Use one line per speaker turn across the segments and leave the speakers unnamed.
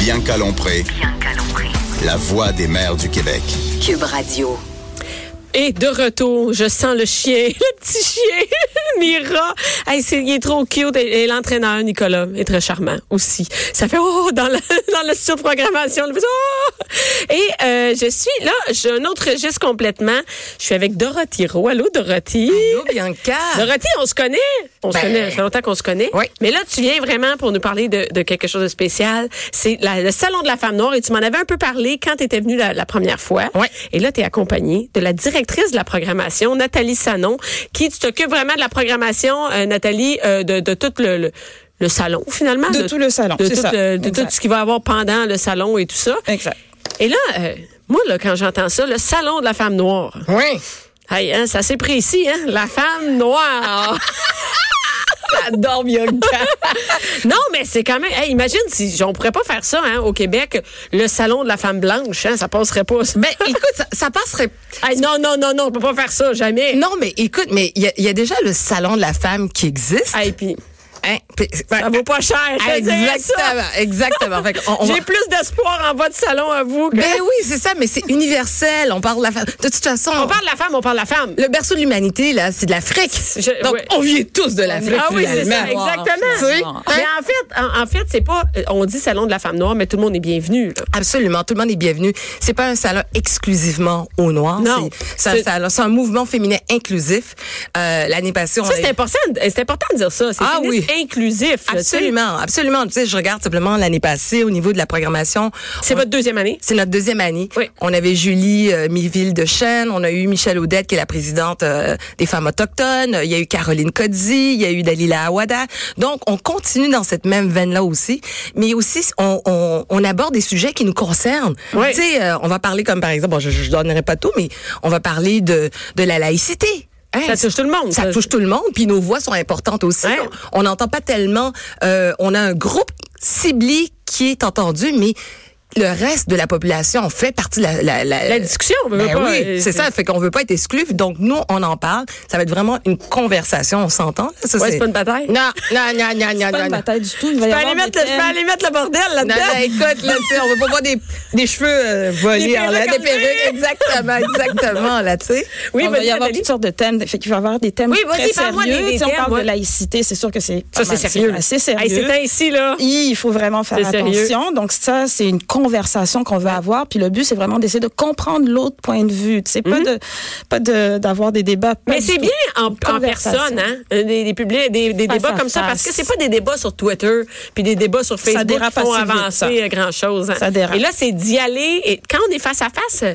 Bien calompré,
bien calompré.
la voix des mères du Québec.
Cube Radio.
Et de retour, je sens le chien, le petit chien, Mira. Hey, c'est, il est trop cute. Et, et l'entraîneur, Nicolas, est très charmant aussi. Ça fait oh dans la, dans la surprogrammation. le petit, oh! Et euh, je suis là, j'ai un autre registre complètement. Je suis avec Dorothy Rowe. Allô, Dorothy?
Allô, Bianca.
Dorothy, on se connaît? On se
Ah! Ben,
connaît, ça fait longtemps qu'on se connaît.
Oui.
Mais là, tu viens vraiment pour nous parler de, de quelque chose de spécial. C'est la- le Salon de la Femme Noire et tu m'en avais un peu parlé quand tu étais venue la, la première fois.
Oui.
Et là, tu es accompagnée de la directrice de la programmation, Nathalie Sanon, qui tu t'occupes vraiment de la programmation, euh, Nathalie, euh, de, de tout le, le, le salon, finalement.
De tout le salon,
De,
c'est
tout,
ça.
le- de tout
Exact.
ce qu'il va y avoir pendant le salon et tout ça.
Exact.
Et là, euh, moi, là, quand j'entends ça, le Salon de la Femme Noire.
Oui.
Hey, hein, c'est assez précis, hein? La femme noire. J'adore Bianca. non, mais c'est quand même. Hey, imagine si on pourrait pas faire ça hein, au Québec, le salon de la femme blanche, hein, ça passerait pas. ça.
Ben, écoute, ça, ça passerait.
Hey, non, non, non, non, on peut pas faire ça jamais.
Non, mais écoute, mais il y, a- il y a déjà le salon de la femme qui existe.
Hey, puis
Hein? Puis-
ça vaut pas cher. je te dirais ça.
Exactement, exactement. Fait qu'on- on va-
J'ai plus d'espoir en votre salon à vous. que-
Ben oui, c'est ça, mais c'est universel. On parle de la femme. De toute façon,
On parle de la femme, on parle de la femme.
le berceau de l'humanité, là, c'est de l'Afrique.
Je-
Donc,
ouais.
on vient tous de l'Afrique.
Ah oui, c'est ça,
finalement. Tu sais? Hein?
exactement. Mais en fait, en, en fait, c'est pas. euh, On dit salon de la femme noire, mais tout le monde est bienvenu. Là.
Absolument, tout le monde est bienvenu. C'est pas un salon exclusivement aux Noirs.
Non.
c'est c'est un
C'est-
salon, c'est un mouvement féminin inclusif. Euh, L'année passée, on
Ça,
a eu-
c'est important, c'est important de dire ça. C'est
Ah
féministe
oui.
inclusif. là, tu sais.
Absolument, absolument. Tu sais, je regarde simplement l'année passée au niveau de la programmation.
C'est
On-
votre deuxième année.
C'est notre deuxième année.
Oui.
On avait Julie euh, Miville de Chêne, on a eu Michelle Audette qui est la présidente euh, des femmes autochtones, il y a eu Caroline Codzi, il y a eu Dalila Awada. Donc on continue dans cette même veine là aussi, mais aussi on, on, on aborde des sujets qui nous concernent.
Oui.
Tu sais, euh, on va parler comme par exemple, bon, je, je donnerai pas tout, mais on va parler de de la laïcité. Hein,
Ça touche tout le monde,
Ça,
ça.
touche tout le monde, puis nos voix sont importantes aussi.
Hein?
On n'entend pas tellement. euh, on a un groupe ciblé qui est entendu, mais le reste de la population fait partie de la, la, la-
La discussion, on veut
Ben
pas,
oui,
euh,
c'est ça. Fait qu'on veut pas être exclu. Donc nous, on en parle. Ça va être vraiment une conversation. On s'entend. là, ça,
Ouais, c'est pas une bataille.
Non, non, non, non, non,
pas
non,
une
non.
bataille du tout. Il va
Je
y
peux,
avoir
aller
des
mettre, le- je peux
thèmes.
aller mettre le bordel
Non,
là-dedans.
non, écoute, là, tu sais, on veut pas voir des, des cheveux euh, volés
Des
en l'air, des
perruques enlevées.
perruques, exactement, exactement, là, tu sais.
Oui,
on va
vas-y,
y avoir
Nathalie.
toutes sortes de thèmes. Fait qu'il va y avoir des thèmes
Oui, vas-y,
très
parle-moi des-
sérieux.
des
Tu sais,
thèmes,
on parle
ouais.
de laïcité, c'est sûr que c'est
Ça, c'est sérieux.
assez sérieux.
Hey, c'est ainsi, là.
il faut vraiment faire
C'est sérieux.
attention. Donc ça, c'est une conversation qu'on va avoir. Puis le but, c'est vraiment d'essayer de comprendre l'autre point de vue. C'est pas de pas de d'avoir des débats. pas
Mhm. Mais
du
c'est
tout.
bien en, en
Conversation.
personne, hein? Des, des, publics- des, des
Face
débats
à
comme ça,
face.
parce que c'est pas des débats sur Twitter, puis des débats sur Facebook
dérape
qui font
assez vite,
avancer grand-chose. hein.
Ça dérape.
Et là, c'est d'y aller. Et quand on est face à face, euh,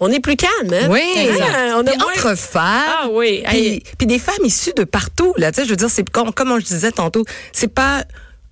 on est plus calme. Hein?
Oui,
Hein? on a
Puis
moins...
entre femmes.
Ah oui. Hey.
Puis, puis des femmes issues de partout. Là, tu sais, je veux dire, c'est comme, comme je disais tantôt, c'est pas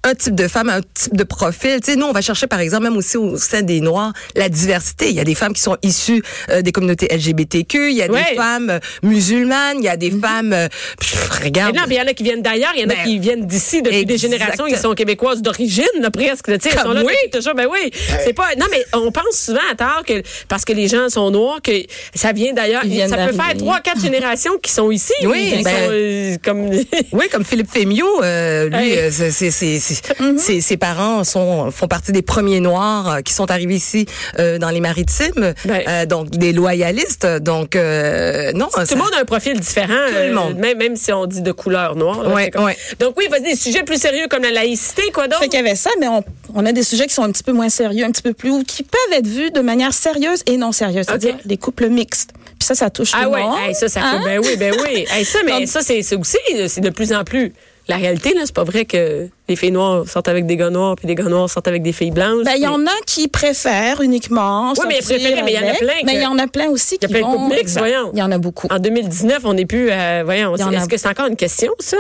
un type de femme, un type de profil. Tu sais, nous, on va chercher, par exemple, même aussi au sein des Noirs, la diversité. Il y a des femmes qui sont issues euh, des communautés LGBTQ, il y a
Ouais. Mm-hmm.
des femmes euh, musulmanes, il y a des femmes... euh, pff,
Mais
regarde,
non, puis il y en a qui viennent d'ailleurs, il y en a
Ben,
qui viennent d'ici depuis des
exact.
générations, ils sont québécoises d'origine, là, presque. là, tu sais, Ils
Comme
sont là
oui.
depuis toujours. Ben oui, c'est pas. Non, mais on pense souvent à tard que parce que les gens sont noirs que ça vient d'ailleurs.
Ils viennent
Ça peut faire
d'arriver.
trois, quatre générations qui sont ici.
Oui,
qui
ben-
sont, euh, comme.
Oui, comme Philippe Fémio, euh, lui,
Hey.
euh, c'est- c'est- c'est- c'est-
Mhm.
ses- ses parents sont font partie des premiers Noirs euh, qui sont arrivés ici euh, dans les Maritimes,
Ouais.
euh, donc des loyalistes. Donc euh, non,
Ben. Tout le monde a un profil différent. euh,
Tout le monde.
même, même si on dit de couleur noire. là,
Ouais,
hein? c'est comme-
ouais.
Donc oui, vas-y, des sujets plus sérieux comme la laïcité, quoi d'autre?
Fait qu'il y avait ça, mais on, on a des sujets qui sont un petit peu moins sérieux, un petit peu plus, ou qui peuvent être vus de manière sérieuse et non sérieuse. C'est-à-dire des couples mixtes. Puis ça, ça touche
Ah
tout
ouais,
le monde.
hey, ça, ça
Hein?
fait. Ben oui, ben oui. Hey, ça, mais
Donc-
ça, c'est c'est aussi, euh, c'est de plus en plus. La réalité, là, c'est pas vrai que les filles noires sortent avec des gars noirs, puis les gars noirs sortent avec des filles blanches.
Ben, il y
puis-
en a qui préfèrent uniquement.
Oui, mais
sortir
préférés, mais il y en a
avec.
plein que-
Mais il y en a plein aussi
Il y a
qui
plein de
vont.
couples mixtes,
Exact.
voyons.
Il y en a beaucoup.
En 2019, on n'est plus. euh, voyons,
Il y en
est-ce
a-
que c'est encore une question, ça?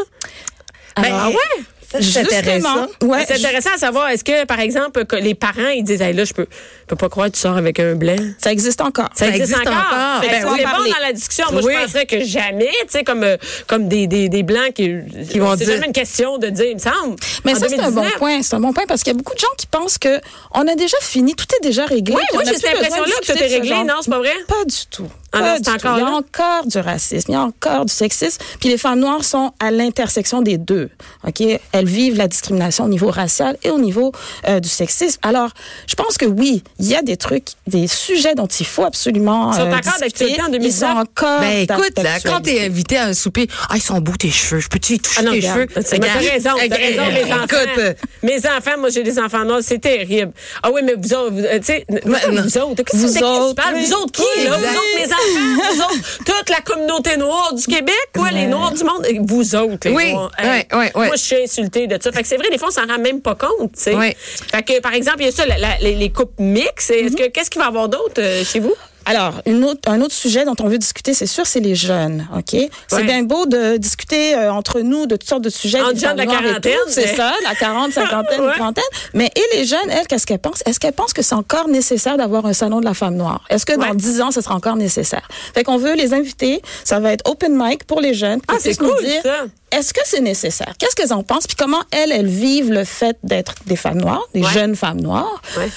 Alors,
ah ouais?
C'est intéressant.
Ouais,
c'est intéressant à savoir, est-ce que, par exemple, que les parents, ils disent, hey, là, je peux, je peux pas croire que tu sors avec un blanc.
ça existe encore.
Ça, existe, encore. Fait que
Ben
c'est
oui.
bon dans la discussion. Moi,
Oui.
je penserais que jamais, tu sais, comme, euh, comme des, des, des blancs qui,
Qui vont
c'est
dire-
jamais une question de dire, il me semble.
Mais
en
ça, c'est un bon
2019.
point. C'est un bon point parce qu'il y a beaucoup de gens qui pensent que on a déjà fini, tout est déjà réglé.
Oui,
puis
moi,
on a
j'ai
plus
cette
besoin de
impression-là que tout
discuter
est
de ce
réglé.
genre.
Non, c'est pas vrai?
Pas du tout.
Ah non,
Pas
c'est
du tout.
encore
Il y
là?
a encore du racisme, il y a encore du sexisme. Puis les femmes noires sont à l'intersection des deux. Ok, elles vivent la discrimination au niveau racial et au niveau euh, du sexisme. Alors, je pense que oui, il y a des trucs, des sujets dont il faut absolument
Ils sont
euh,
encore
discuter.
d'actualité en
Ils sont
2019.
encore.
Ben
Ah,
écoute, là,
d'actualité.
quand t'es invité à un souper, ah, ils sont beaux tes cheveux, je peux-tu y toucher
Ah non,
tes
regarde,
cheveux?
t'as t'as
Regarde.
raison, t'as
Regarde.
raison, mes enfants.
Écoute, euh,
Mes enfants, moi, j'ai des enfants noirs, c'est terrible. Ah oui, mais vous autres, vous- euh, tu sais, mais pas
non.
vous autres, qu'est-ce que
Vous
c'est que tu
autres,
parles?
oui.
Vous autres qui,
Oui,
là? Vous
exact.
autres, mes enfants, vous autres, toute la communauté noire du Québec, quoi, les Noirs du monde, et vous autres, les
Oui,
Noirs. hein?
ouais, ouais, ouais.
Moi, je suis insultée de ça. Fait que c'est vrai, des fois, on s'en rend même pas compte, tu sais.
Ouais.
Fait que, par exemple, il y a ça, la- la- les, les coupes mixtes. Est-ce
Mm-hmm.
que, qu'est-ce qu'il va y avoir d'autre euh, chez vous?
Alors, une autre, un autre sujet dont on veut discuter, c'est sûr, c'est les jeunes, OK?
Ouais.
C'est bien beau de discuter euh, entre nous de toutes sortes de sujets.
Entre
des
gens de la
femmes noires et
quarantaine,
tout, C'est
mais-
ça, la quarante, cinquantaine,
Ouais.
trentaine. Mais et les jeunes, elles, qu'est-ce qu'elles pensent? Est-ce qu'elles pensent que c'est encore nécessaire d'avoir un salon de la femme noire? Est-ce que
Ouais.
dans dix ans, ce sera encore nécessaire? Fait qu'on veut les inviter. Ça va être open mic pour les jeunes.
Ah,
qu'ils
c'est
puissent nous
cool,
dire,
ça.
Est-ce que c'est nécessaire? Qu'est-ce qu'elles en pensent? Puis comment elles, elles vivent le fait d'être des femmes noires, des
Ouais.
jeunes femmes noires?
Ouais.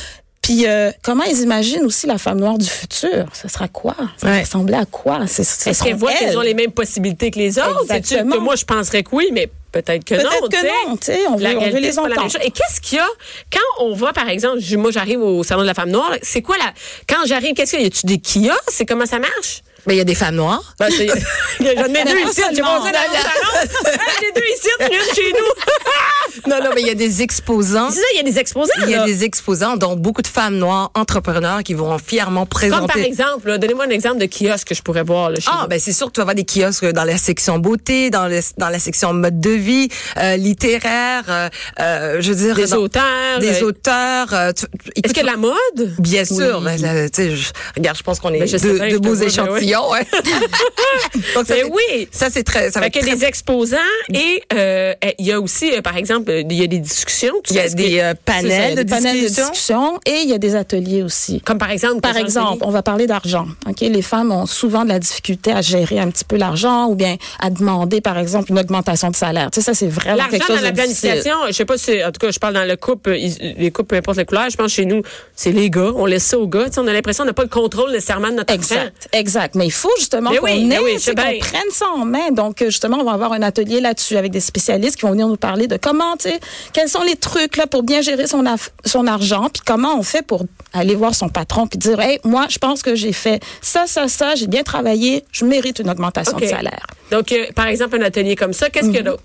Puis euh, comment ils imaginent aussi la femme noire du futur Ce sera quoi Ça va
Ouais.
ressembler à quoi C'est- ce
Est-ce
seront
qu'elles voient qu'elles
elles.
ont les mêmes possibilités que les autres? C'est-tu
Exactement.
que moi, je penserais que oui, mais peut-être que non.
Peut-être que
tu sais.
non, tu sais, on veut-
La
on veut
réalité,
les
c'est pas la même
entendre.
chose. Et qu'est-ce qu'il y a quand on va, par exemple, je- moi, j'arrive au Salon de la Femme Noire, c'est quoi la. Quand j'arrive, qu'est-ce qu'il y a? Y a-tu des kiosques? C'est comment ça marche?
Ben, il y a des femmes noires.
Ben, c'est- J'en ai
Mais
deux
pas
ici, j'ai
seulement.
pensé dans le salon. Hey, J'en ai deux ici, une chez nous.
Non, non, mais il y a des exposants.
C'est ça, il y a des exposants.
Il y a
là.
des exposants, dont beaucoup de femmes noires entrepreneurs qui vont fièrement présenter.
Comme par exemple, là, donnez-moi un exemple de kiosque que je pourrais voir là, chez
Ah,
vous.
ben c'est sûr que tu vas avoir des kiosques dans la section beauté, dans, le- dans la section mode de vie, euh, littéraire, euh, euh, je veux dire...
Des
dans-
auteurs,
Des
euh,
auteurs. euh, tu- tu- écoute,
Est-ce qu'il y a de la mode?
Bien sûr, ben, là, tu sais, je- regarde, je pense qu'on est
Ben, je sais
deux,
bien,
deux
je te
beaux
vois, ben
échantillons. hein. Donc, ça,
Ben
c'est-
oui.
Ça, c'est très... Ça va
Fait
être
qu'il y a
très-
des exposants et euh, euh, il y a aussi, euh, par exemple, euh, il y a des discussions. tu
il y a
sais,
des
que-
euh,
C'est ça, il y a
panels,
des
de,
panels
discussion.
de discussion et il y a des ateliers aussi.
Comme par exemple.
Par
que
exemple, on va parler d'argent. Ok, Les femmes ont souvent de la difficulté à gérer un petit peu l'argent ou bien à demander, par exemple, une augmentation de salaire. Tu sais, ça, c'est vraiment
L'argent
quelque
dans
chose
la
de difficile.
planification, je sais pas si, en tout cas, je parle dans le couple, euh, ils- les couples, peu importe les couleurs, je pense chez nous, c'est les gars, on laisse ça aux gars, tu sais, on a l'impression qu'on n'a pas le contrôle nécessairement de notre argent.
Exact, exact. Mais il faut justement
Mais
qu'on
oui, mais
ait,
oui,
tu sais,
c'est
qu'on
bien.
prenne ça en main. Donc, euh, justement, on va avoir un atelier là-dessus avec des spécialistes qui vont venir nous parler de comment, tu sais, quels sont les trucs là pour bien gérer son, aff- son argent, puis comment on fait pour aller voir son patron puis dire, hey, moi, je pense que j'ai fait ça, ça, ça, j'ai bien travaillé, je mérite une augmentation
OK.
de salaire.
Donc, euh, par exemple, un atelier comme ça, qu'est-ce
Mhm.
que d'autre?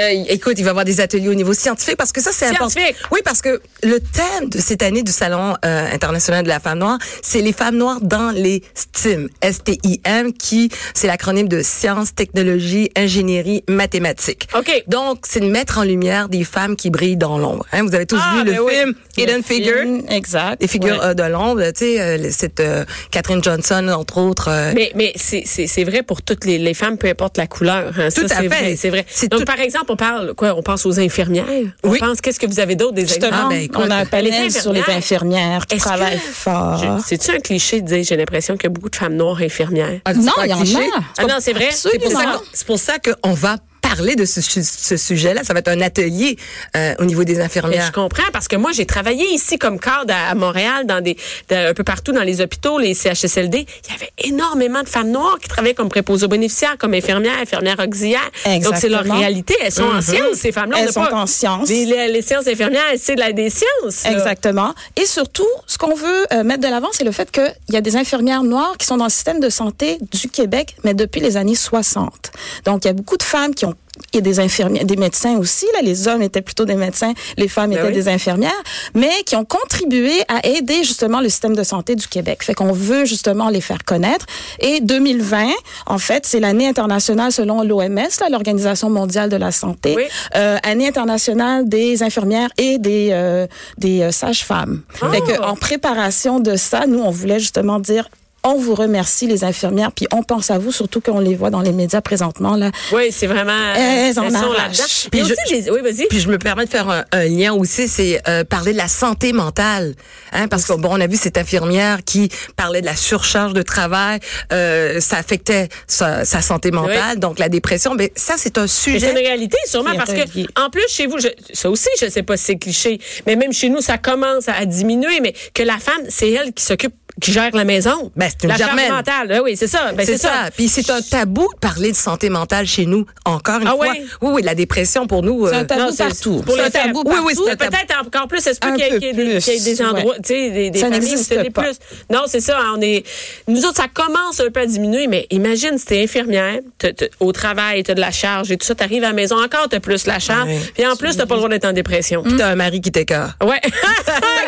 Euh, écoute, il va y avoir des ateliers au niveau scientifique parce que ça, c'est important.
Scientifique.
Oui, parce que le thème de cette année du Salon euh, international de la femme noire, c'est les femmes noires dans les STEAM. S-T-I-M, qui, c'est l'acronyme de sciences, technologie, ingénierie, mathématiques.
OK.
Donc, c'est de mettre en lumière des femmes qui brillent dans l'ombre. hein. vous avez tous
Ah,
vu
ben
le
oui.
film Hidden Figure.
Hum, Exact.
Les figures
Ouais.
euh, de l'ombre, tu sais, euh, cette euh, Catherine Johnson, entre autres. euh,
Mais, mais c'est- c'est c'est vrai pour toutes les, les femmes, peu importe la couleur. hein.
Tout
Ça,
à
c'est
fait.
vrai, C'est vrai.
C'est
Donc,
tout-
par exemple, on parle, quoi, on pense aux infirmières. On
Oui.
pense, qu'est-ce que vous avez d'autre des exemples?
Justement,
Ah, ben, écoute.
on a un
Les
panel sur les
infirmières.
infirmières qui
Est-ce
travaillent
que-
fort.
Je- C'est-tu un cliché de dire j'ai l'impression qu'il y a beaucoup de femmes noires infirmières?
Ah, c'est
Non,
pas un
il y en a.
cliché.
Ah non, c'est vrai.
C'est pour ça
Absolument.
qu'on- c'est pour ça qu'on va parler de ce, su- ce sujet-là. Ça va être un atelier euh, au niveau des
Mais
infirmières.
je comprends parce que moi j'ai travaillé ici comme cadre à, à Montréal dans des dans- un peu partout dans les hôpitaux, les CHSLD, il y avait énormément de femmes noires qui travaillaient comme préposées aux bénéficiaires, comme infirmières, infirmières auxiliaires. Donc c'est leur
Exactement.
réalité, elles sont en sciences ces femmes-là, on
Elles
n'a
sont
pas-
en sciences.
Les, les- les sciences infirmières, c'est de la- des sciences. là.
Exactement. Et surtout, ce qu'on veut euh, mettre de l'avant, c'est le fait qu'il y a des infirmières noires qui sont dans le système de santé du Québec, mais depuis les années 60. Donc, il y a beaucoup de femmes qui ont il y a des infirmières, des médecins aussi. Là, les hommes étaient plutôt des médecins, les femmes
Ben
étaient
oui.
des infirmières, mais qui ont contribué à aider justement le système de santé du Québec. Fait qu'on veut justement les faire connaître. Et 2020, en fait, c'est l'année internationale selon l'OMS, là, l'Organisation mondiale de la santé,
Oui.
euh, année internationale des infirmières et des
Ah.
euh, des euh, sages-femmes. Fait que, en préparation de ça, nous on voulait justement dire on vous remercie, les infirmières, puis on pense à vous, surtout qu'on les voit dans les médias présentement. Là.
Oui, c'est vraiment.
Elles en
sont
arrachent.
là-dedans.
Puis
Et
je-
aussi, les- oui, vas-y.
Puis je me permets de faire un, un lien aussi, c'est euh, parler de la santé mentale, hein, parce que bon, on a vu cette infirmière qui parlait de la surcharge de travail, euh, ça affectait sa, sa santé mentale, donc la dépression. Mais ça, c'est un
Mais c'est une ben,
sujet.
réalité, sûrement,
C'est
parce
relié.
que, en plus, chez vous, je- ça aussi, je sais pas si c'est cliché, mais même chez nous, ça commence à, à diminuer, mais que la femme, c'est elle qui s'occupe, qui gère la maison.
Ben, c'est une
La charge
germaine.
mentale, là, oui, c'est ça. Ben,
c'est ça. Puis c'est un tabou de parler de santé mentale chez nous, encore une
Ah
fois.
ouais?
Oui, oui, la dépression pour nous.
C'est un
euh,
tabou
Non, c'est-
partout.
Pour
C'est
le
un tabou
tabou,
Oui, oui,
partout,
c'est un
mais
tabou.
peut-être encore plus, ça se peut
Un
qu'il y ait-
peu
qu'il y ait des-
plus,
qu'il y ait des
ouais.
endroits, tu sais, des, des
Ça
familles où
n'existe
c'était
pas.
plus. Non, c'est ça, on est, nous autres, ça commence un peu à diminuer, mais imagine si t'es infirmière, t'as- t'as- au travail, t'as de la charge et tout ça, t'arrives à la maison, encore t'as plus la charge,
Ouais.
puis en plus, t'as pas le droit d'être en dépression.
T'as un mari qui t'écœure.
Ouais.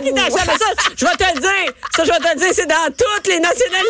Qui t'achète mais ça? Je vais te le dire. Ça, je vais te le dire, c'est dans toutes les nationalités.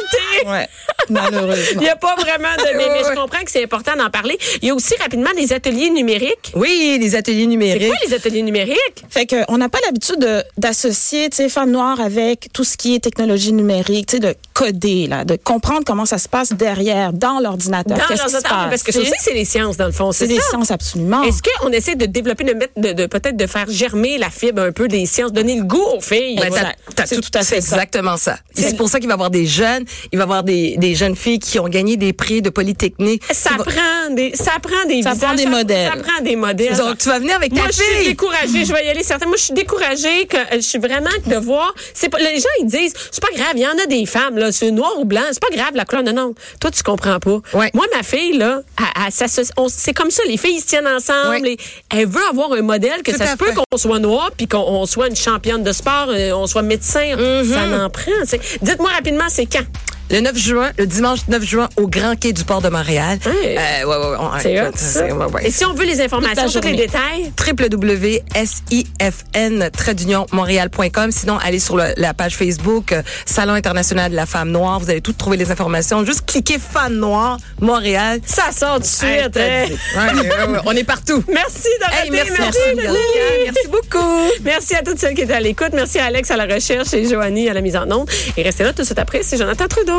Ouais.
Il
Malheureusement.
n'y a pas vraiment de. Mais, mais
Ouais, ouais.
je comprends que c'est important d'en parler. Il y a aussi rapidement des ateliers numériques.
Oui, les ateliers
C'est
numériques.
quoi les ateliers numériques?
Fait que on n'a pas l'habitude de- d'associer tu sais, femmes noires avec tout ce qui est technologie numérique, tu sais, de coder là, de comprendre comment ça se passe derrière dans l'ordinateur.
Dans
Qu'est-ce
leurs
qui se
ateliers,
passe,
Parce que ça
tu sais?
aussi, c'est les sciences, dans le fond.
c'est
C'est
des
ça.
sciences absolument.
Est-ce qu'on essaie de développer, de mettre, de, de- peut-être de faire germer la fibre un peu des sciences, donner le goût aux filles?
Ben,
Exact.
t'as- t'as
C'est
tout,
tout à fait
c'est
ça.
exactement ça. Et C'est pour ça qu'il va y avoir des jeunes, il va y avoir des, des jeunes filles qui ont gagné des prix de Polytechnique.
Ça
Qui va-
prend des, ça prend des
Ça
visages,
prend des modèles.
Ça prend des modèles.
Donc, tu vas venir avec ta
Moi, je suis
fille.
découragée. Je vais y aller certainement. Moi, je suis découragée que euh, je suis vraiment que de voir. C'est pas, les gens, ils disent, c'est pas grave. Il y en a des femmes, là. C'est noir ou blanc. C'est pas grave, la couleur. Non, non. Toi, tu comprends pas.
Ouais.
Moi, ma fille, là, elle- elle s'associe- on- c'est comme ça. Les filles, ils se tiennent ensemble.
Ouais.
et elle veut avoir un modèle que
Tout
ça
à
se peut
fait.
qu'on soit noir puis qu'on on soit une championne de sport, euh, on soit médecin.
Mm-hmm.
Ça n'en prend. c'est- Dites-moi rapidement, c'est quand?
Le 9 juin, le dimanche 9 juin, au Grand Quai du Port de Montréal.
Hey.
Euh, ouais, ouais, ouais, on-
C'est hot,
écoute,
ça.
c'est- ouais, ouais.
Et si on veut les informations, tous les
journée.
détails?
www.sifn-montréal.com. Sinon, allez sur le- la page Facebook euh, Salon international de la femme noire. Vous allez toutes trouver les informations. Juste cliquez Femme noire Montréal.
Ça sort tout de suite. hein.
Interdit. Ouais, ouais, ouais, on est partout.
Merci Dorothée.
Hey, merci,
merci,
merci,
Nathalie.
Bianca. Merci beaucoup.
Merci à toutes celles qui étaient à l'écoute. Merci à Alex à la recherche et Joanie à la mise en onde. Et restez là tout de suite après, c'est Jonathan Trudeau.